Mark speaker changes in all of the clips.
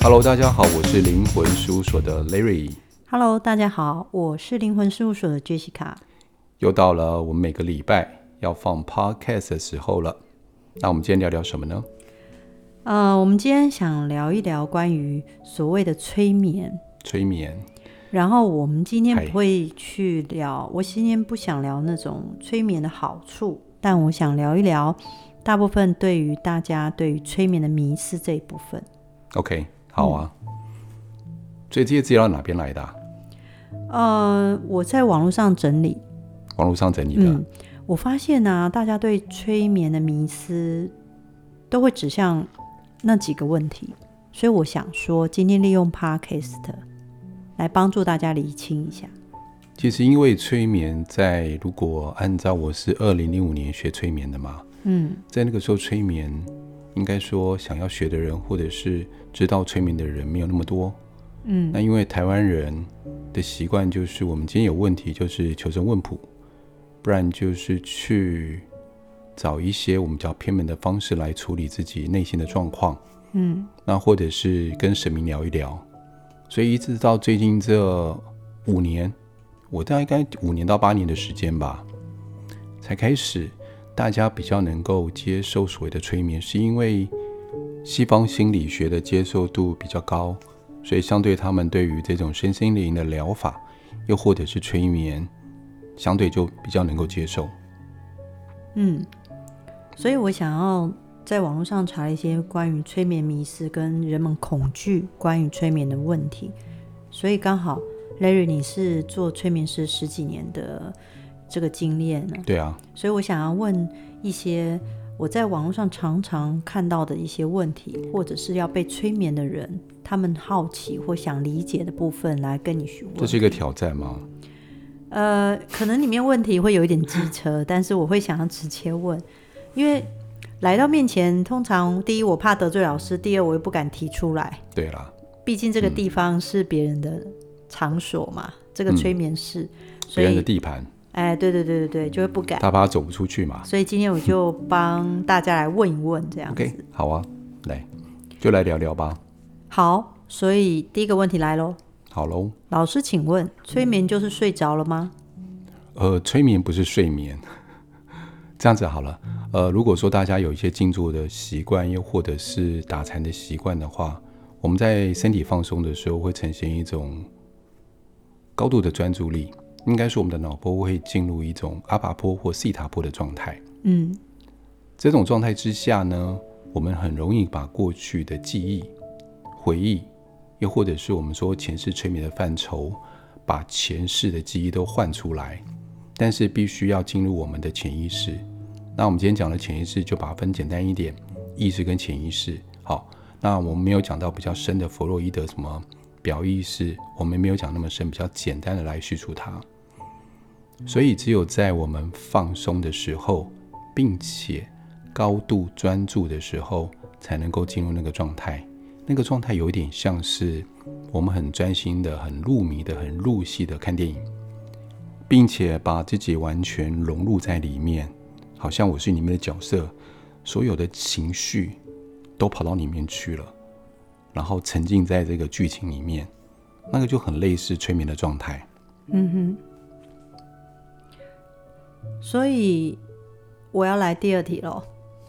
Speaker 1: Hello，大家好，我是灵魂事务所的 Larry。
Speaker 2: Hello，大家好，我是灵魂事务所的 Jessica。
Speaker 1: 又到了我们每个礼拜要放 Podcast 的时候了。那我们今天聊聊什么呢？
Speaker 2: 呃，我们今天想聊一聊关于所谓的催眠，
Speaker 1: 催眠。
Speaker 2: 然后我们今天
Speaker 1: 嗨
Speaker 2: 不会去聊，我今天不想聊那种催眠的好处，但我想聊一聊大部分对于大家对于催眠的迷思这一部分。
Speaker 1: OK，好啊。所以这些资料哪边来的啊、
Speaker 2: 呃，我在网络上整理，
Speaker 1: 网络上整理的。
Speaker 2: 嗯，我发现呢、大家对催眠的迷思都会指向那几个问题，所以我想说，今天利用 podcast 来帮助大家理清一下。
Speaker 1: 其实因为催眠在，如果按照我是二零零五年学催眠的嘛，
Speaker 2: 嗯
Speaker 1: 在那个时候催眠，应该说想要学的人或者是知道催眠的人没有那么多。
Speaker 2: 嗯
Speaker 1: 那因为台湾人的习惯就是，我们今天有问题就是求神问卜，不然就是去找一些我们比较偏门的方式来处理自己内心的状况，
Speaker 2: 嗯
Speaker 1: 那或者是跟神明聊一聊。所以一直到最近这五年，我大概五年到八年的时间吧，才开始大家比较能够接受所谓的催眠，是因为西方心理学的接受度比较高，所以相对他们对于这种身心灵的疗法，又或者是催眠，相对就比较能够接受。
Speaker 2: 嗯，所以我想要在网络上查了一些关于催眠迷思跟人们恐惧关于催眠的问题，所以刚好 Larry 你是做催眠师十几年的这个经验呢，
Speaker 1: 对啊，
Speaker 2: 所以我想要问一些我在网络上常常看到的一些问题，或者是要被催眠的人，他们好奇或想理解的部分来跟你询
Speaker 1: 这
Speaker 2: 问。
Speaker 1: 是一个挑战吗？
Speaker 2: 呃，可能里面问题会有一点机车， 但是我会想要直接问，因为来到面前，通常第一我怕得罪老师，第二我又不敢提出来，
Speaker 1: 对啦，
Speaker 2: 毕竟这个地方是别人的场所嘛，这个催眠室，所
Speaker 1: 嗯别人的
Speaker 2: 以
Speaker 1: 地盘，
Speaker 2: 哎，对对对对对，就啊会不敢。
Speaker 1: 他怕走不出去嘛。
Speaker 2: 所以今天我就帮大家来问一问这样子。
Speaker 1: OK，好啊，来，就来聊聊吧。
Speaker 2: 好，所以第一个问题来喽，
Speaker 1: 好喽，
Speaker 2: 老师，请问催
Speaker 1: 嗯
Speaker 2: 眠就是睡着了吗？
Speaker 1: 呃，催眠不是睡眠， 这样子好了。呃，如果说大家有一些静坐的习惯，又或者是打禅的习惯的话，我们在身体放松的时候会呈现一种高度的专注力，应该是我们的脑波会进入一种阿巴波或西塔波的状态。
Speaker 2: 嗯
Speaker 1: 这种状态之下呢，我们很容易把过去的记忆、回忆，又或者是我们说前世催眠的范畴，把前世的记忆都唤出来，但是必须要进入我们的潜意识。那我们今天讲的潜意识，就把它分简单一点，意识跟潜意识。好，那我们没有讲到比较深的弗洛伊德什么表意识，我们没有讲那么深，比较简单的来叙述它。所以，只有在我们放松的时候，并且高度专注的时候，才能够进入那个状态。那个状态有一点像是我们很专心的、很入迷的、很入戏的看电影，并且把自己完全融入在里面，好像我是里面的角色，所有的情绪都跑到里面去了，然后沉浸在这个剧情里面，那个就很类似催眠的状态。
Speaker 2: 嗯哼。所以我要来第二题喽，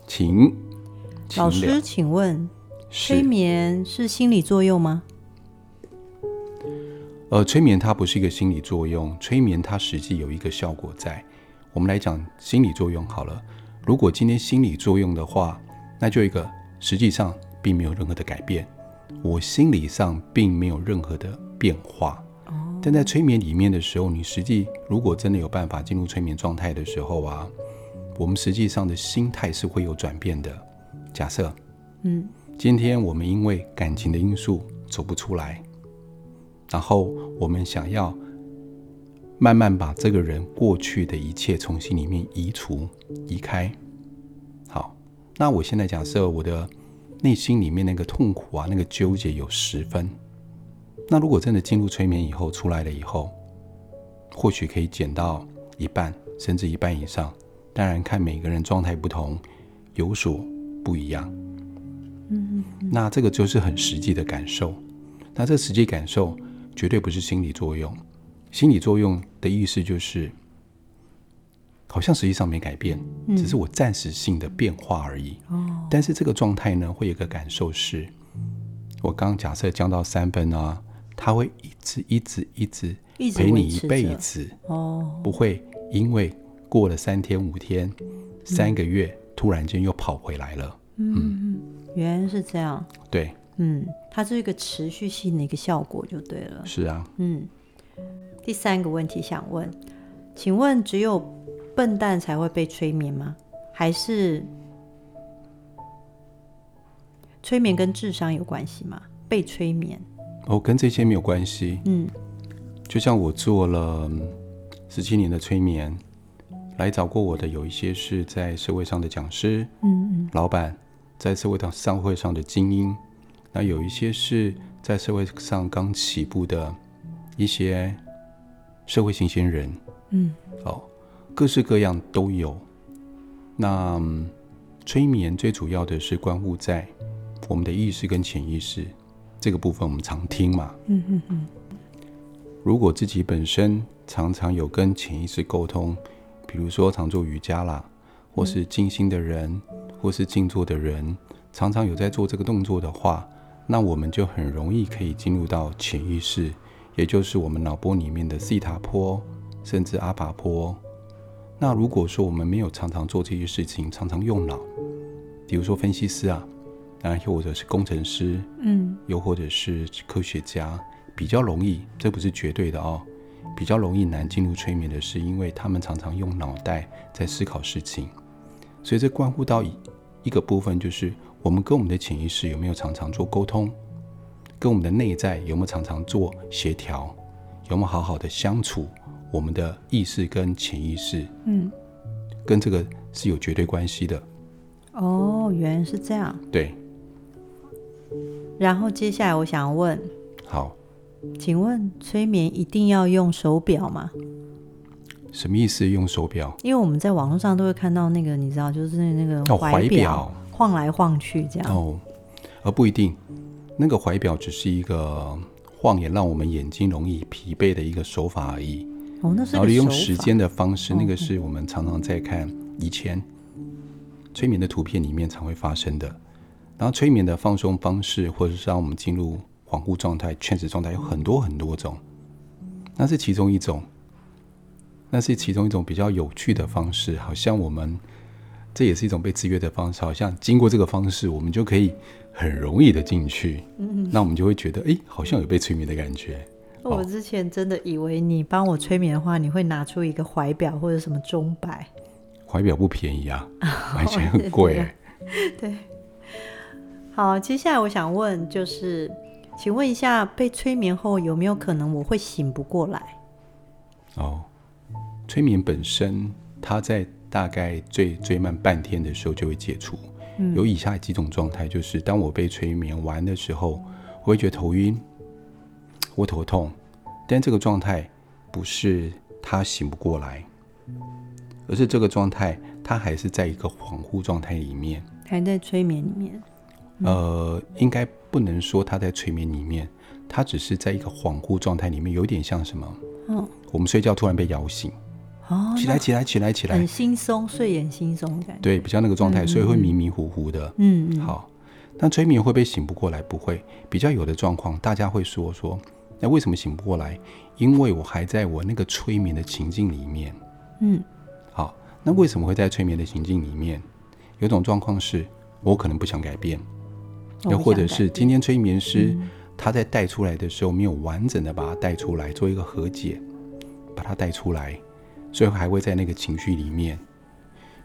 Speaker 1: 请，请
Speaker 2: 老
Speaker 1: 聊
Speaker 2: 师，请问
Speaker 1: 是
Speaker 2: 催眠是心理作用吗？
Speaker 1: 呃，催眠它不是一个心理作用，催眠它实际有一个效果在。我们来讲心理作用好了，如果今天心理作用的话，那就一个实际上并没有任何的改变，我心理上并没有任何的变化。但在催眠里面的时候，你实际如果真的有办法进入催眠状态的时候啊，我们实际上的心态是会有转变的。假设
Speaker 2: 嗯
Speaker 1: 今天我们因为感情的因素走不出来，然后我们想要慢慢把这个人过去的一切从心里面移除、移开。好，那我现在假设我的内心里面那个痛苦啊、那个纠结有十分，那如果真的进入催眠以后出来了以后，或许可以减到一半，甚至一半以上。当然，看每个人状态不同，有所不一样。
Speaker 2: 嗯
Speaker 1: 那这个就是很实际的感受。那这实际感受绝对不是心理作用，心理作用的意思就是，好像实际上没改变，只是我暂时性的变化而已。
Speaker 2: 嗯哦，
Speaker 1: 但是这个状态呢，会有一个感受是，我刚刚假设降到三分啊，它会一直一直一直
Speaker 2: 一直
Speaker 1: 陪你
Speaker 2: 维
Speaker 1: 一
Speaker 2: 持
Speaker 1: 辈
Speaker 2: 着
Speaker 1: 子，
Speaker 2: 哦，
Speaker 1: 不会因为过了三天五天、三个月，突然间又跑回来了。
Speaker 2: 原来是这样，
Speaker 1: 对，
Speaker 2: 嗯，它是一个持续性的一个效果就对了。
Speaker 1: 是啊，
Speaker 2: 嗯，第三个问题想问，请问只有笨蛋才会被催眠吗？还是催眠跟智商有关系吗？被催眠，
Speaker 1: 哦，跟这些没有关系。
Speaker 2: 嗯
Speaker 1: 就像我做了十七年的催眠，来找过我的有一些是在社会上的讲师、
Speaker 2: 嗯
Speaker 1: 老板，在社会上社会上的精英，那有一些是在社会上刚起步的一些社会新鲜人，
Speaker 2: 嗯
Speaker 1: 哦，各式各样都有。那、嗯催眠最主要的是关乎在我们的意识跟潜意识这个部分，我们常听嘛，
Speaker 2: 嗯嗯嗯嗯
Speaker 1: 如果自己本身常常有跟潜意识沟通，比如说常做瑜伽啦，或是静心的人，或是静坐的人，常常有在做这个动作的话，那我们就很容易可以进入到潜意识，也就是我们脑波里面的西塔波，甚至阿法波。那如果说我们没有常常做这些事情，常常用脑，比如说分析师啊，然后或者是工程师，
Speaker 2: 嗯
Speaker 1: 又或者是科学家，比较容易，这不是绝对的哦，比较容易难进入催眠的是，因为他们常常用脑袋在思考事情，所以这关乎到一一个部分，就是我们跟我们的潜意识有没有常常做沟通，跟我们的内在有没有常常做协调，有没有好好的相处，我们的意识跟潜意识
Speaker 2: 嗯，
Speaker 1: 跟这个是有绝对关系的，
Speaker 2: 哦，原来是这样。
Speaker 1: 对，
Speaker 2: 然后接下来我想问，
Speaker 1: 好，
Speaker 2: 请问催眠一定要用手表吗？
Speaker 1: 什么意思？用手表
Speaker 2: 因为我们在网络上都会看到那个，你知道，就是那个
Speaker 1: 哦，
Speaker 2: 怀
Speaker 1: 怀表。
Speaker 2: 晃来晃去这样。
Speaker 1: 哦，而不一定，那个怀表只是一个晃眼，让我们眼睛容易疲惫的一个手法而已。
Speaker 2: 哦，那是
Speaker 1: 然后
Speaker 2: 个
Speaker 1: 利用
Speaker 2: 手
Speaker 1: 时
Speaker 2: 法嗯
Speaker 1: 间的方式，那个是我们常常在看以前催眠的图片里面常会发生的。然后催眠的放松方式，或者是让我们进入恍惚状态、劝止状态，有很多很多种。那是其中一种，那是其中一种比较有趣的方式，好像我们这也是一种被制约的方式，好像经过这个方式，我们就可以很容易的进去。嗯，那我们就会觉得，诶，好像有被催眠的感觉。
Speaker 2: 我之前真的以为你帮我催眠的话，你会拿出一个怀表或者什么钟摆。
Speaker 1: 怀表不便宜 啊，买起来很贵、
Speaker 2: 对对，好，接下来我想问就是，请问一下，被催眠后有没有可能我会醒不过来？
Speaker 1: 哦，催眠本身，它在大概最最慢半天的时候就会解除。有以下几种状态，就是当我被催眠完的时候，我会觉得头晕，我头痛，但这个状态不是他醒不过来，而是这个状态他还是在一个恍惚状态里面。
Speaker 2: 还在催眠里面？
Speaker 1: 呃，应该不能说他在催眠里面，他只是在一个恍惚状态里面，有点像什么？
Speaker 2: 嗯，
Speaker 1: 我们睡觉突然被摇醒，
Speaker 2: 哦，
Speaker 1: 起来，起来，起来，起来
Speaker 2: 很，轻松，睡眼惺忪的感觉。
Speaker 1: 对，比较那个状态，所以会迷迷糊糊的。
Speaker 2: 嗯嗯
Speaker 1: 好，那催眠会不会醒不过来？不会，比较有的状况，大家会说说，那为什么醒不过来？因为我还在我那个催眠的情境里面。
Speaker 2: 嗯，
Speaker 1: 好，那为什么会在催眠的情境里面？有种状况是我可能不想改变，
Speaker 2: 哦我
Speaker 1: 又
Speaker 2: 不
Speaker 1: 或
Speaker 2: 想
Speaker 1: 者
Speaker 2: 改嗯
Speaker 1: 是今天催眠师他在带出来的时候没有完整的把它带出来，做一个和解，把它带出来，所以还会在那个情绪里面，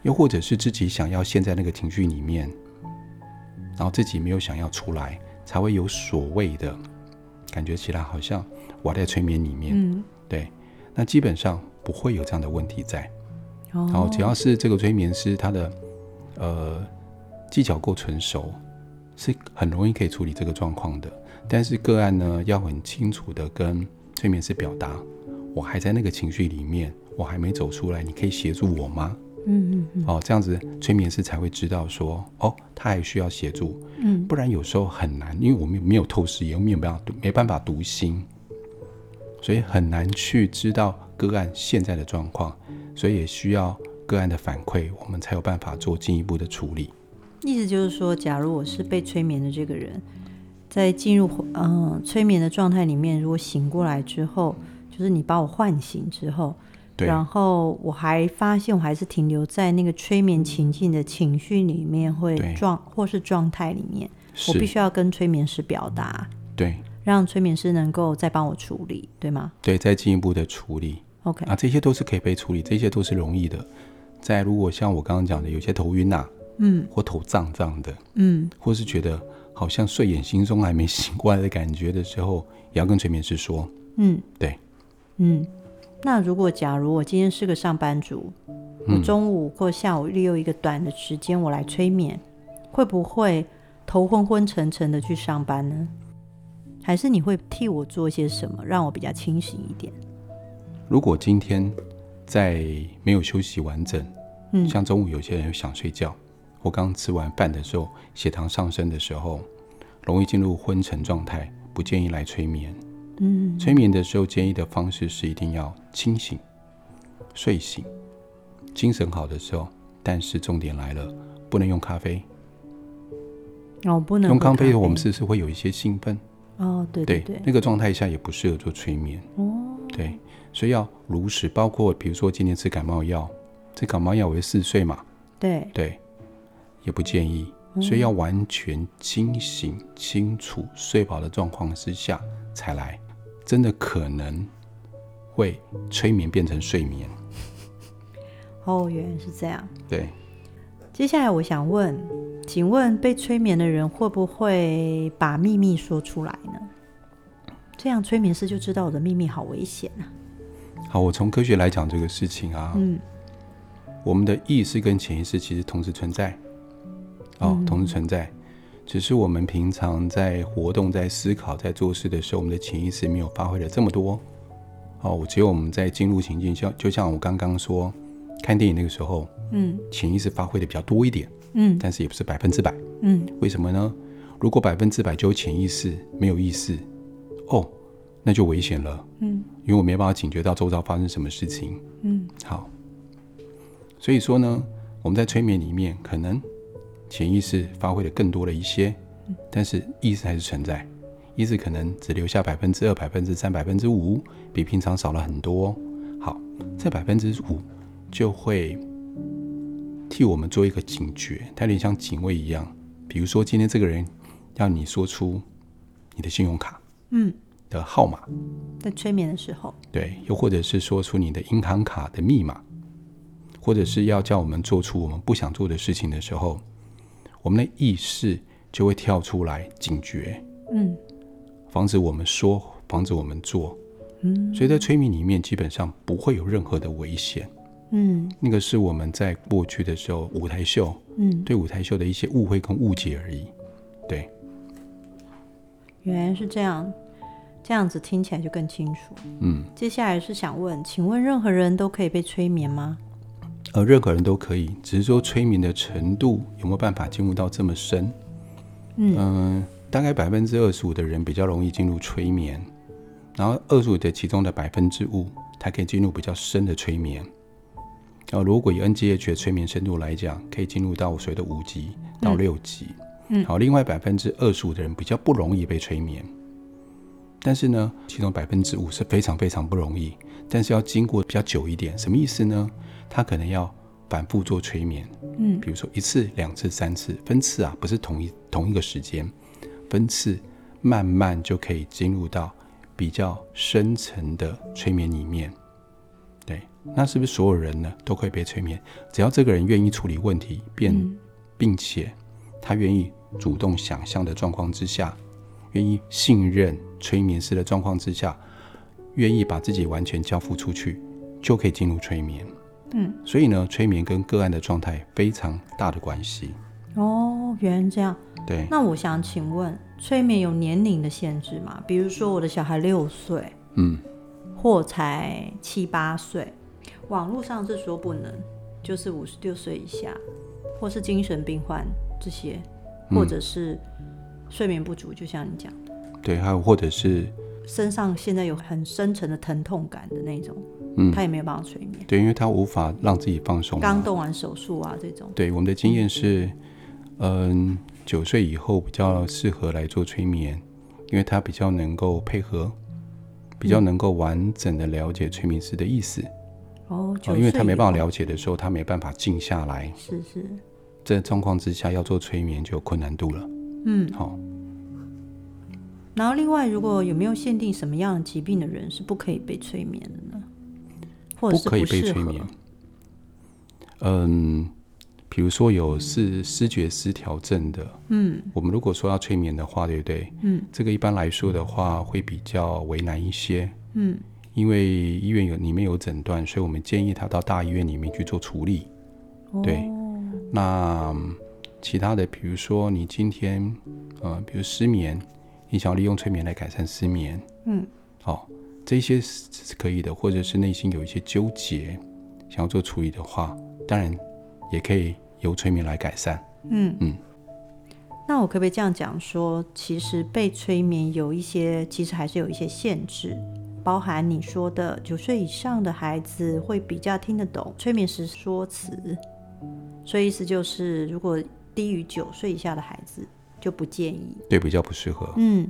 Speaker 1: 又或者是自己想要陷在那个情绪里面，然后自己没有想要出来，才会有所谓的感觉起来好像我还在催眠里面，
Speaker 2: 嗯，
Speaker 1: 对，那基本上不会有这样的问题在。
Speaker 2: 哦，
Speaker 1: 然后只要是这个催眠师他的呃技巧够纯熟，是很容易可以处理这个状况的。但是个案呢，要很清楚的跟催眠师表达，我还在那个情绪里面，我还没走出来，你可以协助我吗？
Speaker 2: 嗯嗯
Speaker 1: 哦，这样子催眠师才会知道说，哦，他还需要协助，
Speaker 2: 嗯
Speaker 1: 不然有时候很难，因为我们没有透视眼，我们也没有办法没办法读心，所以很难去知道个案现在的状况，所以也需要个案的反馈，我们才有办法做进一步的处理。
Speaker 2: 意思就是说，假如我是被催眠的这个人，在进入嗯、催眠的状态里面，如果醒过来之后，就是你把我唤醒之后，
Speaker 1: 对，
Speaker 2: 然后我还发现我还是停留在那个催眠情境的情绪里面，会
Speaker 1: 对
Speaker 2: 状或是状态里面，我必
Speaker 1: 是，
Speaker 2: 须要跟催眠师表达，
Speaker 1: 对，
Speaker 2: 让催眠师能够再帮我处理，对吗
Speaker 1: 对，再进一步的处理。
Speaker 2: ？OK，
Speaker 1: 啊，这些都是可以被处理，这些都是容易的。在如果像我刚刚讲的，有些头晕呐、啊
Speaker 2: 嗯
Speaker 1: 或头胀胀的，
Speaker 2: 嗯
Speaker 1: 或是觉得好像睡眼惺忪还没醒过来的感觉的时候，也要跟催眠师说，
Speaker 2: 嗯，
Speaker 1: 对，
Speaker 2: 嗯。那如果假如我今天是个上班族，我
Speaker 1: 嗯
Speaker 2: 中午或下午利用一个短的时间我来催眠，会不会头昏昏沉沉的去上班呢？还是你会替我做些什么，让我比较清醒一点？
Speaker 1: 如果今天在没有休息完整，
Speaker 2: 嗯
Speaker 1: 像中午有些人想睡觉，或刚吃完饭的时候血糖上升的时候，容易进入昏沉状态，不建议来催眠。
Speaker 2: 嗯
Speaker 1: 催眠的时候建议的方式是一定要清醒、睡醒、精神好的时候。但是重点来了，不能用咖啡。
Speaker 2: 哦，不能
Speaker 1: 用
Speaker 2: 喝
Speaker 1: 咖
Speaker 2: 啡，
Speaker 1: 啡，我们是不是会有一些兴奋？
Speaker 2: 哦，对对对，
Speaker 1: 那个状态下也不适合做催眠。
Speaker 2: 哦，
Speaker 1: 对，所以要如实，包括比如说今天吃感冒药，这感冒药我是四岁嘛，
Speaker 2: 对，
Speaker 1: 对，也不建议。
Speaker 2: 嗯
Speaker 1: 所以要完全清醒、清楚、睡饱的状况之下才来，真的可能会催眠变成睡眠。
Speaker 2: 哦，原来是这样。
Speaker 1: 对，
Speaker 2: 接下来我想问，请问被催眠的人会不会把秘密说出来呢？这样催眠师就知道我的秘密好危险啊。
Speaker 1: 好，我从科学来讲这个事情啊，
Speaker 2: 嗯
Speaker 1: 我们的意识跟潜意识其实同时存在，哦，
Speaker 2: 嗯
Speaker 1: 同时存在，只是我们平常在活动、在思考、在做事的时候，我们的潜意识没有发挥的这么多。哦，我只有我们在进入情境，像就像我刚刚说，看电影那个时候，
Speaker 2: 嗯
Speaker 1: 潜意识发挥的比较多一点，
Speaker 2: 嗯
Speaker 1: 但是也不是百分之百。
Speaker 2: 嗯，
Speaker 1: 为什么呢？如果百分之百只有潜意识，没有意识，哦，那就危险了。
Speaker 2: 嗯，
Speaker 1: 因为我没办法警觉到周遭发生什么事情。
Speaker 2: 嗯，
Speaker 1: 好。所以说呢，我们在催眠里面可能潜意识发挥的更多了一些，
Speaker 2: 嗯
Speaker 1: 但是意识还是存在，意识可能只留下百分之二、百分之三、百分之五，比平常少了很多哦。好，这百分之五就会替我们做一个警觉，它有点像警卫一样。比如说，今天这个人要你说出你的信用卡，
Speaker 2: 嗯，
Speaker 1: 的号码，
Speaker 2: 在催眠的时候，
Speaker 1: 对，又或者是说出你的银行卡的密码，或者是要叫我们做出我们不想做的事情的时候，我们的意识就会跳出来警觉，
Speaker 2: 嗯
Speaker 1: 防止我们说，防止我们做。
Speaker 2: 嗯，
Speaker 1: 所以在催眠里面基本上不会有任何的危险。
Speaker 2: 嗯
Speaker 1: 那个是我们在过去的时候舞台秀
Speaker 2: 嗯，
Speaker 1: 对舞台秀的一些误会跟误解而已。对，
Speaker 2: 原来是这样，这样子听起来就更清楚。
Speaker 1: 嗯，
Speaker 2: 接下来是想问，请问任何人都可以被催眠吗？
Speaker 1: 呃，任何人都可以，只是说催眠的程度有没有办法进入到这么深？
Speaker 2: 嗯
Speaker 1: 呃大概百分之二十五的人比较容易进入催眠，然后二十五的其中的百分之五，它可以进入比较深的催眠。然后如果以 NGH 的催眠深度来讲，可以进入到所谓的五级到六级。
Speaker 2: 嗯
Speaker 1: 好，另外百分之二十五的人比较不容易被催眠，但是呢，其中百分之五是非常非常不容易，但是要经过比较久一点，什么意思呢？他可能要反复做催眠，
Speaker 2: 嗯
Speaker 1: 比如说一次、两次、三次，分次啊，不是同一同一个时间，分次慢慢就可以进入到比较深层的催眠里面。对，那是不是所有人呢都会被催眠？只要这个人愿意处理问题，变、并且他愿意主动想象的状况之下，愿意信任催眠师的状况之下，愿意把自己完全交付出去，就可以进入催眠。
Speaker 2: 嗯，
Speaker 1: 所以呢，催眠跟个案的状态非常大的关系。
Speaker 2: 哦，原来是这样。
Speaker 1: 对，
Speaker 2: 那我想请问，催眠有年龄的限制吗？比如说我的小孩六岁，
Speaker 1: 嗯，
Speaker 2: 或才七八岁，网络上是说不能，就是五十六岁以下，或是精神病患这些，或者是睡眠不足，就像你讲，
Speaker 1: 对，还有或者是
Speaker 2: 身上现在有很深层的疼痛感的那种，
Speaker 1: 嗯
Speaker 2: 他也没有办法睡眠。
Speaker 1: 对，因为他无法让自己放松嘛。
Speaker 2: 刚动完手术啊，这种，
Speaker 1: 对，我们的经验是，嗯，九岁以后比较适合来做催眠，因为它比较能够配合，比较能够完整的了解催眠师的意思。
Speaker 2: 哦，
Speaker 1: 哦，
Speaker 2: 九
Speaker 1: 因为他
Speaker 2: 岁
Speaker 1: 没
Speaker 2: 以
Speaker 1: 办法
Speaker 2: 后，
Speaker 1: 了解的时候，他没办法静下来。
Speaker 2: 是是，
Speaker 1: 这状况之下要做催眠就有困难度了。
Speaker 2: 嗯。
Speaker 1: 好、
Speaker 2: 然后另外，如果有没有限定什么样的疾病的人是不可以被催眠的呢？或者
Speaker 1: 不
Speaker 2: 是
Speaker 1: 可以被
Speaker 2: 适
Speaker 1: 催
Speaker 2: 合？
Speaker 1: 眠。嗯，比如说有是视觉失调症的，
Speaker 2: 嗯
Speaker 1: 我们如果说要催眠的话，对不对？
Speaker 2: 嗯，
Speaker 1: 这个一般来说的话会比较为难一些，
Speaker 2: 嗯
Speaker 1: 因为医院有里面有诊断，所以我们建议他到大医院里面去做处理。对
Speaker 2: 哦
Speaker 1: 那嗯其他的，比如说你今天，呃，比如失眠，你想要利用催眠来改善失眠，
Speaker 2: 嗯，
Speaker 1: 哦，这些是是可以的，或者是内心有一些纠结，想要做处理的话，当然也可以由催眠来改善。
Speaker 2: 嗯
Speaker 1: 嗯，
Speaker 2: 那我可不可以这样讲说，其实被催眠有一些，其实还是有一些限制，包含你说的九岁以上的孩子会比较听得懂催眠时说辞，所以意思就是，如果低于九岁以下的孩子就不建议。
Speaker 1: 对，比较不适合。
Speaker 2: 嗯，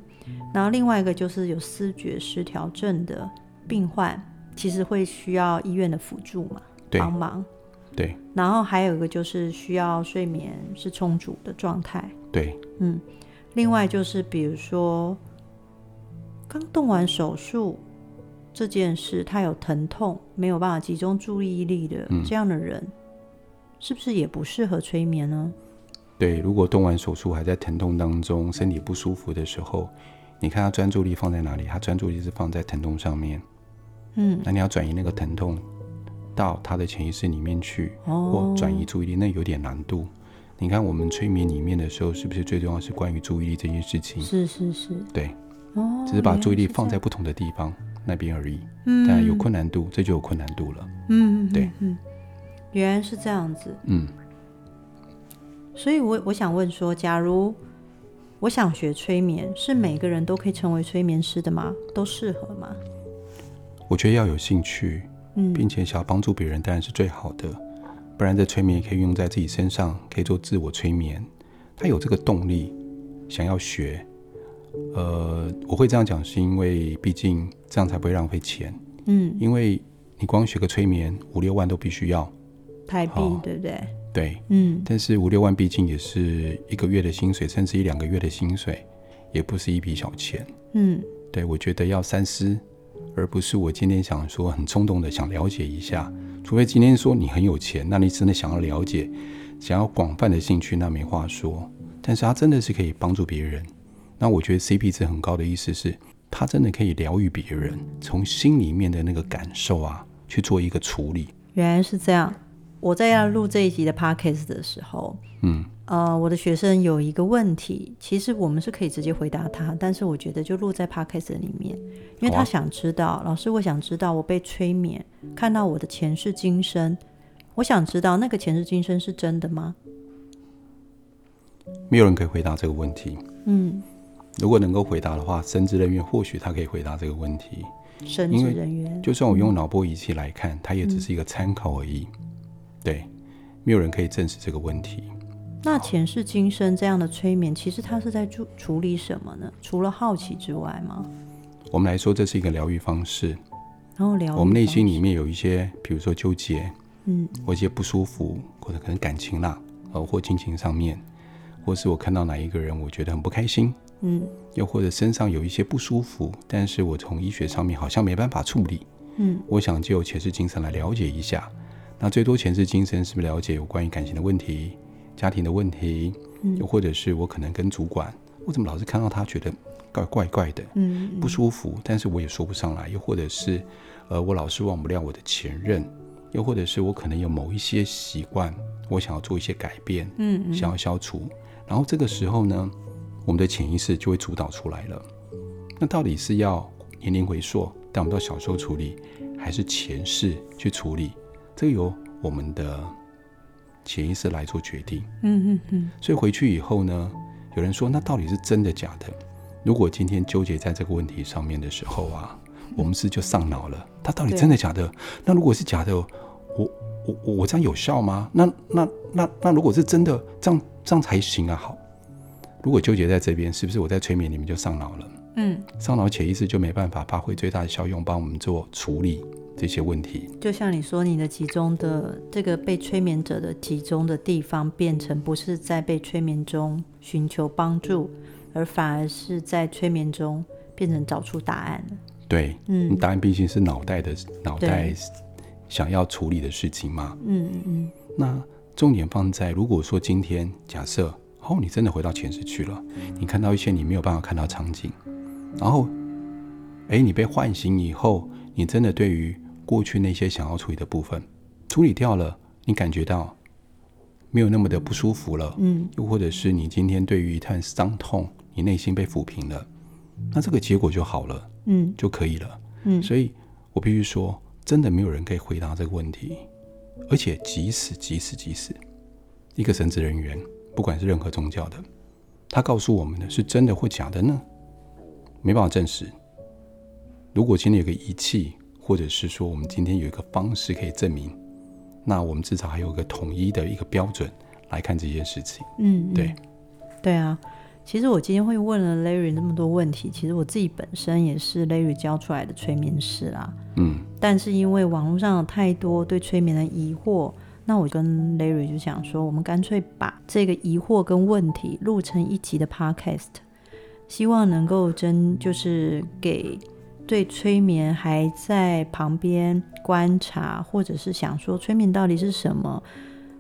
Speaker 2: 然后另外一个就是有思觉失调症的病患，其实会需要医院的辅助嘛，
Speaker 1: 对
Speaker 2: 帮忙。
Speaker 1: 对
Speaker 2: 然后还有一个就是需要睡眠是充足的状态。
Speaker 1: 对，
Speaker 2: 嗯，另外就是比如说刚动完手术这件事，他有疼痛，没有办法集中注意力的、
Speaker 1: 嗯
Speaker 2: 这样的人，是不是也不适合催眠呢？
Speaker 1: 对，如果动完手术还在疼痛当中，身体不舒服的时候，你看他专注力放在哪里？他专注力是放在疼痛上面。
Speaker 2: 嗯，
Speaker 1: 那你要转移那个疼痛到他的潜意识里面去，
Speaker 2: 哦
Speaker 1: 或，转移注意力，那有点难度。你看我们催眠里面的时候，是不是最重要是关于注意力这件事情？
Speaker 2: 是是是，
Speaker 1: 对，
Speaker 2: 哦，
Speaker 1: 只是把
Speaker 2: 原来
Speaker 1: 注意力
Speaker 2: 这
Speaker 1: 放在
Speaker 2: 样，
Speaker 1: 不同的地方那边而已。但
Speaker 2: 嗯，
Speaker 1: 有困难度，这就有困难度了。
Speaker 2: 嗯，嗯
Speaker 1: 对，
Speaker 2: 嗯，嗯原来是这样子。
Speaker 1: 嗯，
Speaker 2: 所以我，我想问说，假如我想学催眠，是每个人都可以成为催眠师的吗？都适合吗？
Speaker 1: 我觉得要有兴趣，
Speaker 2: 嗯
Speaker 1: 并且想要帮助别人，当然是最好的。不然，这催眠也可以运用在自己身上，可以做自我催眠。他有这个动力，想要学。呃，我会这样讲，是因为毕竟这样才不会浪费钱。
Speaker 2: 嗯，
Speaker 1: 因为你光学个催眠，五六万都必须要，
Speaker 2: 台币
Speaker 1: 好
Speaker 2: 对不对？
Speaker 1: 对。
Speaker 2: 嗯
Speaker 1: 但是五六万毕竟也是一个月的薪水，甚至一两个月的薪水，也不是一笔小钱。
Speaker 2: 嗯
Speaker 1: 对我觉得要三思，而不是我今天想说很冲动的想了解一下。除非今天说你很有钱，那你真的想要了解，想要广泛的兴趣，那没话说。但是它真的是可以帮助别人。那我觉得 CP 值很高的意思是，它真的可以疗愈别人，从心里面的那个感受啊，去做一个处理。
Speaker 2: 原来是这样。我在要录这一集的 podcast 的时候，
Speaker 1: 嗯，
Speaker 2: 呃，我的学生有一个问题，其实我们是可以直接回答他，但是我觉得就录在 podcast 里面，因为
Speaker 1: 好
Speaker 2: 他
Speaker 1: 啊
Speaker 2: 想知道，老师，我想知道我被催眠，看到我的前世今生，我想知道那个前世今生是真的吗？
Speaker 1: 没有人可以回答这个问题。
Speaker 2: 嗯，
Speaker 1: 如果能够回答的话，神职人员或许他可以回答这个问题。
Speaker 2: 神
Speaker 1: 因
Speaker 2: 职
Speaker 1: 为
Speaker 2: 人员，
Speaker 1: 就算我用脑波仪器来看，它也只是一个参考而已。对，没有人可以证实这个问题。
Speaker 2: 那前世今生这样的催眠，其实他是在处处理什么呢？除了好奇之外吗？
Speaker 1: 我们来说，这是一个疗愈方式。
Speaker 2: 然后聊
Speaker 1: 我们内心里面有一些，比如说纠结，
Speaker 2: 嗯，
Speaker 1: 或一些不舒服，或者可能感情啦，呃，或亲情上面，或是我看到哪一个人，我觉得很不开心，
Speaker 2: 嗯
Speaker 1: 又或者身上有一些不舒服，但是我从医学上面好像没办法处理。
Speaker 2: 嗯
Speaker 1: 我想借由前世今生来了解一下。那最多前世今生是不是了解有关于感情的问题、家庭的问题，
Speaker 2: 嗯
Speaker 1: 又或者是我可能跟主管，我怎么老是看到他觉得怪怪怪的，
Speaker 2: 嗯
Speaker 1: 不舒服，但是我也说不上来，又或者是呃我老是忘不了我的前任，又或者是我可能有某一些习惯，我想要做一些改变，
Speaker 2: 嗯嗯
Speaker 1: 想要消除。然后这个时候呢，我们的潜意识就会主导出来了。那到底是要年龄回溯，带我们到小时候处理，还是前世去处理？这个由我们的潜意识来做决定。
Speaker 2: 嗯嗯嗯，
Speaker 1: 所以回去以后呢，有人说那到底是真的假的？如果今天纠结在这个问题上面的时候啊，我们是就上脑了。它到底
Speaker 2: 对
Speaker 1: 真的假的？那如果是假的，我我我我这样有效吗？那那那那如果是真的，这样这样才行啊。好，如果纠结在这边，是不是我在催眠里面就上脑了？
Speaker 2: 嗯，
Speaker 1: 上脑潜意识就没办法发挥最大的效用，帮我们做处理这些问题。
Speaker 2: 就像你说，你的集中的这个被催眠者的集中的地方，变成不是在被催眠中寻求帮助，而反而是在催眠中变成找出答案了。
Speaker 1: 对，
Speaker 2: 嗯
Speaker 1: 答案毕竟是脑袋的脑袋
Speaker 2: 对
Speaker 1: 想要处理的事情嘛。
Speaker 2: 嗯嗯嗯，
Speaker 1: 那重点放在，如果说今天假设，哦，你真的回到前世去了，你看到一些你没有办法看到场景，然后，哎，你被唤醒以后，你真的对于过去那些想要处理的部分处理掉了，你感觉到没有那么的不舒服了，
Speaker 2: 嗯，
Speaker 1: 又或者是你今天对于一段伤痛，你内心被抚平了，那这个结果就好了。
Speaker 2: 嗯，
Speaker 1: 就可以了。
Speaker 2: 嗯
Speaker 1: 所以我必须说，真的没有人可以回答这个问题，而且即使即使即使一个神职人员，不管是任何宗教的，他告诉我们的是真的或假的呢？没办法证实。如果今天有个仪器，或者是说我们今天有一个方式可以证明，那我们至少还有一个统一的一个标准来看这件事情。
Speaker 2: 嗯，嗯
Speaker 1: 对，
Speaker 2: 对啊。其实我今天会问了 Larry 那么多问题，其实我自己本身也是 Larry 教出来的催眠师啦。
Speaker 1: 嗯，
Speaker 2: 但是因为网络上有太多对催眠的疑惑，那我跟 Larry 就想说，我们干脆把这个疑惑跟问题录成一集的 Podcast，希望能够真就是给对催眠还在旁边观察，或者是想说催眠到底是什么。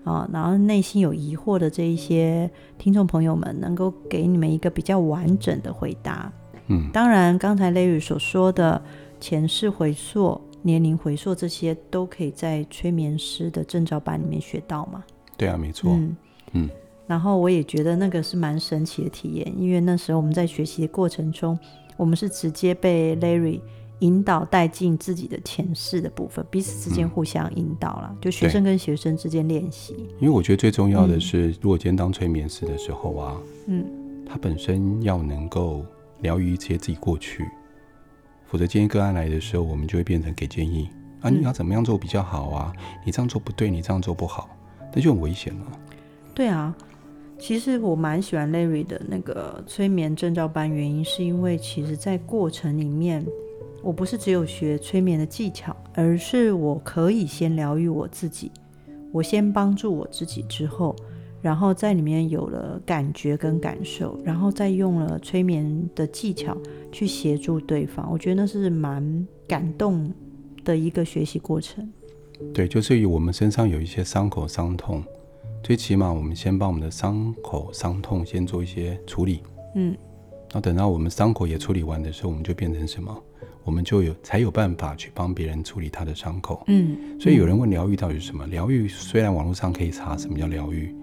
Speaker 2: 啊，然后内心有疑惑的这一些听众朋友们，能够给你们一个比较完整的回答。
Speaker 1: 嗯，
Speaker 2: 当然，刚才 Larry 所说的前世回溯、年龄回溯这些，都可以在催眠师的证照班里面学到嘛。
Speaker 1: 对啊，没错。
Speaker 2: 嗯
Speaker 1: 嗯
Speaker 2: 然后我也觉得那个是蛮神奇的体验，因为那时候我们在学习的过程中，我们是直接被 Larry 引导带进自己的前世的部分，彼此之间互相引导啦，就学生跟学生之间练习。
Speaker 1: 因为我觉得最重要的是，如果今天当催眠师的时候啊，嗯，他本身要能够疗愈一些自己过去，否则今天个案来的时候，我们就会变成给建议啊，你要怎么样做比较好啊？你这样做不对，你这样做不好，那就很危险了。
Speaker 2: 对啊，其实我蛮喜欢 Larry 的那个催眠证照班，原因是因为其实在过程里面，我不是只有学催眠的技巧，而是我可以先疗愈我自己，我先帮助我自己之后。然后在里面有了感觉跟感受，然后再用了催眠的技巧去协助对方，我觉得那是蛮感动的一个学习过程。
Speaker 1: 对，就是以我们身上有一些伤口、伤痛，最起码我们先帮我们的伤口、伤痛先做一些处理。
Speaker 2: 嗯，
Speaker 1: 那等到我们伤口也处理完的时候，我们就变成什么？我们就有才有办法去帮别人处理他的伤口。
Speaker 2: 嗯
Speaker 1: 所以有人问疗愈到底是什么？疗愈虽然网络上可以查什么叫疗愈，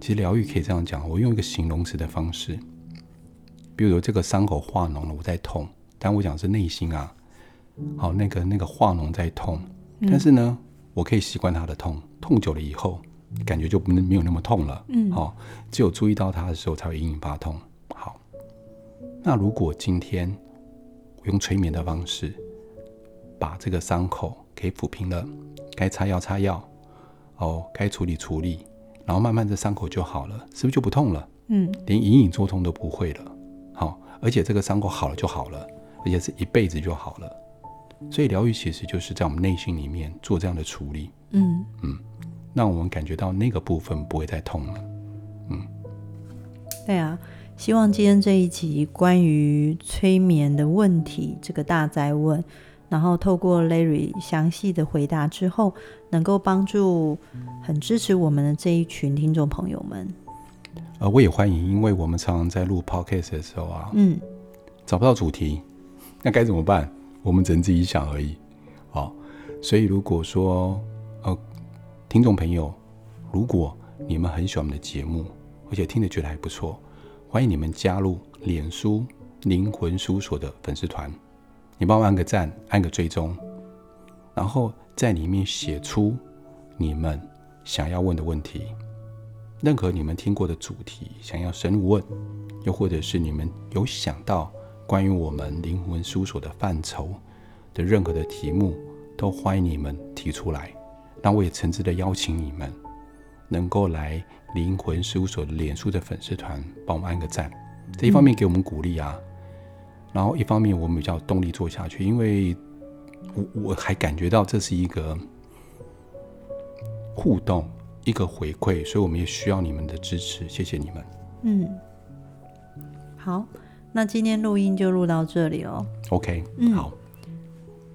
Speaker 1: 其实疗愈可以这样讲，我用一个形容词的方式，比如说这个伤口化脓了，我在痛，但我讲是内心啊，好那个那个化脓在痛，但是呢，我可以习惯它的痛，痛久了以后，感觉就不没有那么痛了，嗯，好、只有注意到它的时候才会隐隐发痛。好，那如果今天我用催眠的方式把这个伤口给抚平了。该擦药擦药，哦，该处理处理，然后慢慢这伤口就好了，是不是就不痛了？
Speaker 2: 嗯
Speaker 1: 连隐隐作痛都不会了。好，而且这个伤口好了就好了，而且是一辈子就好了。所以疗愈其实就是在我们内心里面做这样的处理，
Speaker 2: 嗯，
Speaker 1: 让我们感觉到那个部分不会再痛了。
Speaker 2: 对啊，希望今天这一集关于催眠的问题这个大灾问，然后透过 Larry 详细的回答之后，能够帮助很支持我们的这一群听众朋友们。
Speaker 1: 呃，我也欢迎，因为我们常常在录 podcast 的时候啊，
Speaker 2: 嗯，
Speaker 1: 找不到主题， 那该怎么办？我们只能自己想而已。好，所以如果说呃，听众朋友，如果你们很喜欢我们的节目，而且听着觉得还不错，欢迎你们加入脸书灵魂事务所的粉丝团，你帮我按个赞，按个追踪，然后在里面写出你们想要问的问题，任何你们听过的主题，想要深入问，又或者是你们有想到关于我们灵魂事务所的范畴的任何的题目，都欢迎你们提出来。那我也诚挚的邀请你们，能够来灵魂事务所的脸书的粉丝团帮我们按个赞，这一方面给我们鼓励啊，然后一方面我们比较有动力做下去，因为我我还感觉到这是一个互动，一个回馈，所以我们也需要你们的支持，谢谢你们。
Speaker 2: 嗯，好，那今天录音就录到这里哦喽。
Speaker 1: OK，、好，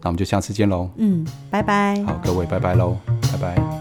Speaker 1: 那我们就下次见喽。
Speaker 2: 嗯，拜拜。
Speaker 1: 好，各位，拜拜喽，拜拜。